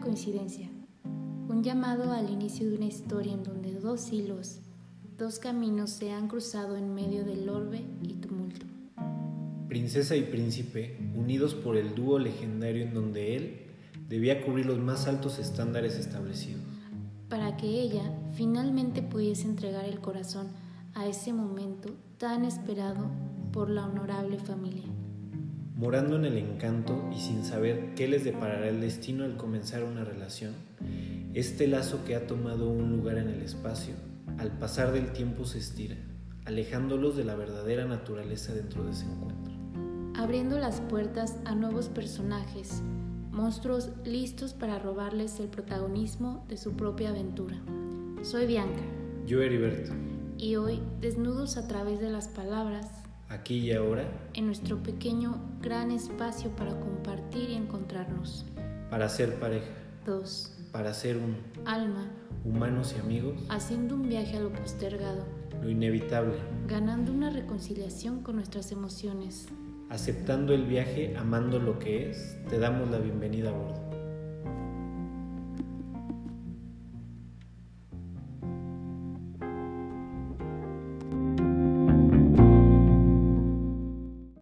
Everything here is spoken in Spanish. coincidencia, un llamado al inicio de una historia en donde dos hilos, dos caminos se han cruzado en medio del orbe y tumulto. Princesa y príncipe, unidos por el dúo legendario en donde él debía cubrir los más altos estándares establecidos. Para que ella finalmente pudiese entregar el corazón a ese momento tan esperado por la honorable familia. Morando en el encanto y sin saber qué les deparará el destino al comenzar una relación, este lazo que ha tomado un lugar en el espacio, al pasar del tiempo se estira, alejándolos de la verdadera naturaleza dentro de ese encuentro. Abriendo las puertas a nuevos personajes, monstruos listos para robarles el protagonismo de su propia aventura. Soy Bianca. Yo Heriberto. Y hoy, desnudos a través de las palabras, aquí y ahora, en nuestro pequeño gran espacio para compartir y encontrarnos. Para ser pareja. Dos. Para ser un Alma, humanos y amigos, haciendo un viaje a lo postergado, lo inevitable, ganando una reconciliación con nuestras emociones. aceptando el viaje, amando lo que es, te damos la bienvenida a bordo.